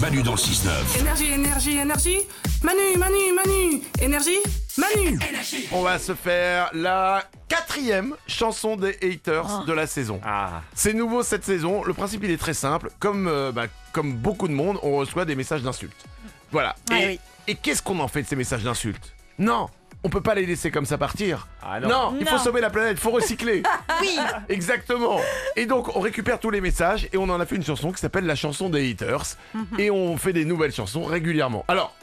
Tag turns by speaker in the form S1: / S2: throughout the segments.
S1: Manu dans le 6-9.
S2: Énergie, énergie, énergie. Manu, Manu, Manu. Énergie, Manu.
S3: On va se faire la quatrième chanson des haters de la saison.
S4: Ah.
S3: C'est nouveau cette saison. Le principe il est très simple. Comme, euh, bah, comme beaucoup de monde, on reçoit des messages d'insultes. Voilà.
S5: Ouais,
S3: et
S5: oui.
S3: et qu'est-ce qu'on en fait de ces messages d'insultes Non, on peut pas les laisser comme ça partir.
S4: Ah, non.
S3: il faut
S5: Non.
S3: sauver la planète, faut recycler.
S5: Oui,
S3: Exactement. Et donc on récupère tous les messages et on en a fait une chanson qui s'appelle la chanson des haters.
S5: Mhm.
S3: Et on fait des nouvelles chansons régulièrement. Alors.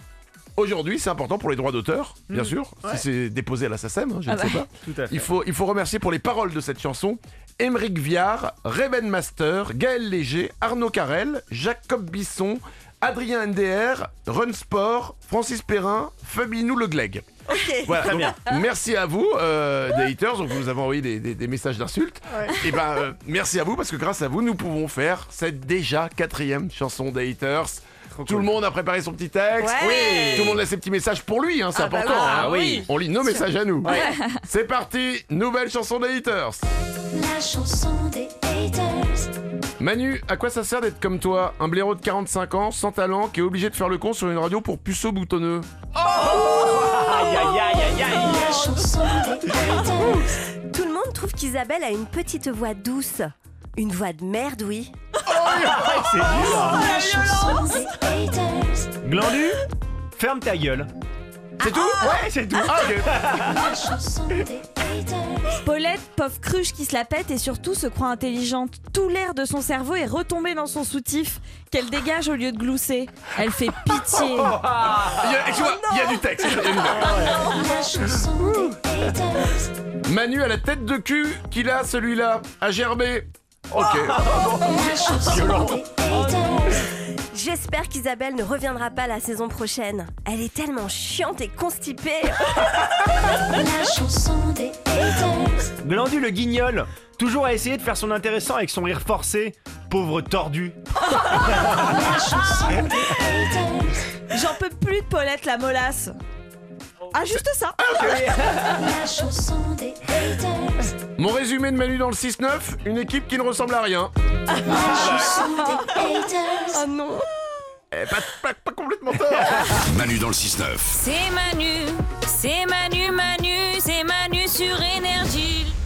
S3: Aujourd'hui, c'est important pour les droits d'auteur, bien sûr. Si c'est déposé à la SACEM, hein, je
S5: Mhm. Ah
S3: ne sais
S5: bah.
S3: pas.
S4: Tout à fait.
S3: Il faut, il faut remercier pour les paroles de cette chanson Émeric Viard, Raven Master, Gaël Léger, Arnaud Carrel, Jacob Bisson, Adrien NDR, Run Sport, Francis Perrin, Fabinou Le Gleg.
S5: ok.
S3: Voilà, donc, merci à vous, euh, des haters. Donc, vous nous avez envoyé des, des- des messages d'insultes. Et ben, euh, merci à vous parce que grâce à vous, nous pouvons faire cette déjà quatrième chanson des haters. Tout le monde a préparé son petit texte.
S5: Ouais.
S3: Tout le monde a ses petits messages pour lui, hein, c'est
S5: Ah bah
S3: important.
S5: oui.
S3: hein.
S4: Ah oui.
S3: On lit nos messages à nous. C'est parti, nouvelle chanson des haters.
S6: La chanson des haters.
S3: Manu, à quoi ça sert d'être comme toi Un blaireau de 45 ans, sans talent, qui est obligé de faire le con sur une radio pour puceau boutonneux.
S4: Aïe, aïe, aïe, aïe, aïe.
S6: La chanson des haters.
S5: Tout le monde trouve qu'Isabelle a une petite voix douce. Une voix de merde, oui.
S4: C'est dur. hein.
S6: La chanson des haters.
S4: Glandu, ferme ta gueule.
S3: C'est tout
S4: Ouais, c'est tout.
S3: Ah, ok.
S6: La chanson des haters.
S7: Paulette, pauvre cruche qui se la pète et surtout se croit intelligente. Tout l'air de son cerveau est retombé dans son soutif qu'elle dégage au lieu de glousser. Elle fait pitié.
S3: Il y a- Ah, tu vois, il y a du texte. il y a du texte.
S6: La chanson des haters.
S3: Manu a la tête de cul qu'il a, celui-là, à gerber. Ok.
S6: La chanson des haters.
S5: J'espère qu'Isabelle ne reviendra pas la saison prochaine. Elle est tellement chiante et constipée.
S6: La chanson des haters.
S4: Glandu le guignol, toujours à essayer de faire son intéressant avec son rire forcé. Pauvre tordu.
S6: La chanson des haters.
S7: J'en peux plus de Paulette la molasse. Ah, juste ça.
S6: La chanson des haters.
S3: Mon résumé de Manu dans le 6-9, une équipe qui ne ressemble à rien.
S6: La chanson des haters.
S7: Ah
S5: non.
S3: Eh, pas, pas- pas complètement tort.
S1: Manu dans le 6-9.
S8: C'est Manu, c'est Manu, Manu, c'est Manu sur énergie.